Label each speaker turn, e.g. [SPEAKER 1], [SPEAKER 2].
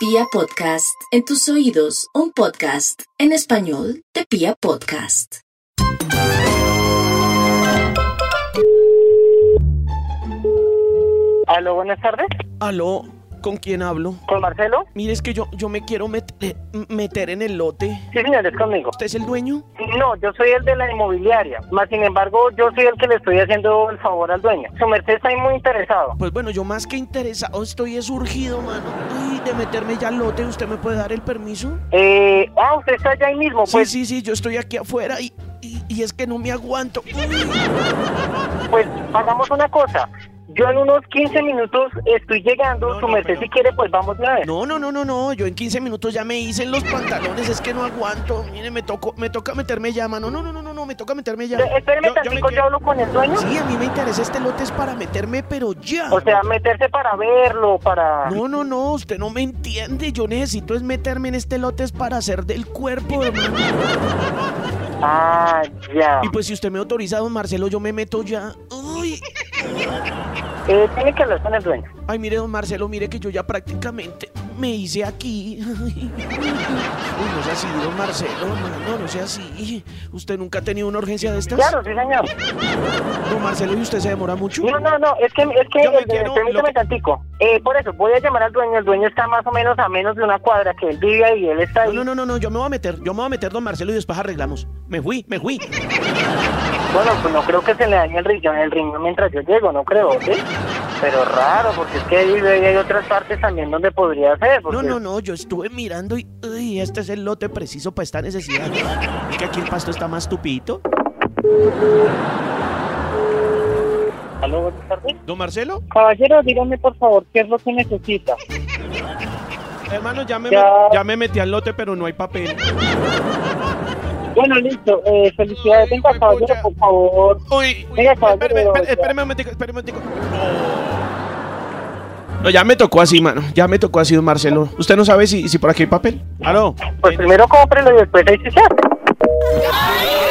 [SPEAKER 1] Pia Podcast, en tus oídos, un podcast en español de Pia Podcast.
[SPEAKER 2] Aló, buenas tardes.
[SPEAKER 3] Aló, ¿con quién hablo?
[SPEAKER 2] ¿Con Marcelo?
[SPEAKER 3] Mire, es que yo, yo me quiero meter, meter en el lote.
[SPEAKER 2] Sí, señor, es conmigo.
[SPEAKER 3] ¿Usted es el dueño?
[SPEAKER 2] No, yo soy el de la inmobiliaria. Más sin embargo, yo soy el que le estoy haciendo el favor al dueño. Su merced está ahí muy interesado.
[SPEAKER 3] Pues bueno, yo más que interesado estoy es urgido, mano. Uy, de meterme ya al lote, ¿usted me puede dar el permiso?
[SPEAKER 2] Eh, ah, usted está allá ahí mismo.
[SPEAKER 3] Sí,
[SPEAKER 2] Pues,
[SPEAKER 3] sí, sí, yo estoy aquí afuera y, y, y es que no me aguanto.
[SPEAKER 2] pues hagamos una cosa. Yo en unos 15 minutos estoy llegando.
[SPEAKER 3] No,
[SPEAKER 2] su
[SPEAKER 3] no,
[SPEAKER 2] merced,
[SPEAKER 3] pero-
[SPEAKER 2] si quiere, pues vamos de una vez.
[SPEAKER 3] No, no, no, no, no, yo en 15 minutos ya me hice en los pantalones, es que no aguanto. Mire, me, tocó, me toca meterme ya, mano. No, no, no, no, no, me toca meterme ya.
[SPEAKER 2] Eh, Espéreme
[SPEAKER 3] Yo- yo me
[SPEAKER 2] tantico, yo,
[SPEAKER 3] quiero-
[SPEAKER 2] hablo con el dueño.
[SPEAKER 3] Sí, a mí me interesa este lote, es para meterme, pero ya.
[SPEAKER 2] O sea, meterse para verlo, para...
[SPEAKER 3] No, no, no, usted no me entiende. Yo necesito es meterme en este lote es para hacer del cuerpo, hermano.
[SPEAKER 2] Ah, ya.
[SPEAKER 3] Y pues si usted me autoriza, don Marcelo, yo me meto ya. Uy.
[SPEAKER 2] Eh, tiene que hablar con el dueño.
[SPEAKER 3] Ay, mire, don Marcelo, mire que yo ya prácticamente me hice aquí. Uy, no sea así, don Marcelo, hermano, no sea así. ¿Usted nunca ha tenido una urgencia de estas?
[SPEAKER 2] Claro, sí, señor.
[SPEAKER 3] Don Marcelo, ¿y usted se demora mucho?
[SPEAKER 2] No, no, no, es que, es que,
[SPEAKER 3] Yo me
[SPEAKER 2] el de-
[SPEAKER 3] quiero-
[SPEAKER 2] permítame
[SPEAKER 3] lo-
[SPEAKER 2] tantico. Eh, por eso, voy a llamar al dueño, el dueño está más o menos a menos de una cuadra que él vive ahí, él está ahí.
[SPEAKER 3] No, no, no, no, no, yo me voy a meter, yo me voy a meter, don Marcelo, y después arreglamos. Me fui, me fui.
[SPEAKER 2] Bueno, pues no creo que se le dañe el riñón, el riñón mientras yo llego, no creo, ¿sí? Pero raro, porque es que ahí vive y hay otras partes también donde podría ser, porque...
[SPEAKER 3] No, no, no, yo estuve mirando y uy, este es el lote preciso para esta necesidad. Es que aquí el pasto está más tupito.
[SPEAKER 2] Aló, buenas tardes.
[SPEAKER 3] Don Marcelo,
[SPEAKER 2] Caballero, dígame por favor, ¿qué es lo que necesita?
[SPEAKER 3] hermano, ya me,
[SPEAKER 2] Ya.
[SPEAKER 3] met- ya me metí al lote, pero no hay papel.
[SPEAKER 2] Bueno, listo, eh, felicidades,
[SPEAKER 3] Ay, Venga, huepucha. caballero, por
[SPEAKER 2] favor.
[SPEAKER 3] Uy, uy,
[SPEAKER 2] Venga, caballero,
[SPEAKER 3] espéreme, espéreme,
[SPEAKER 2] ya.
[SPEAKER 3] espéreme un momentico, espéreme un momentico. No, ya me tocó así, mano. Ya me tocó así, don Marcelo. ¿Usted no sabe si, si por aquí hay papel? Aló.
[SPEAKER 2] Pues primero cómprelo y después ahí se hace.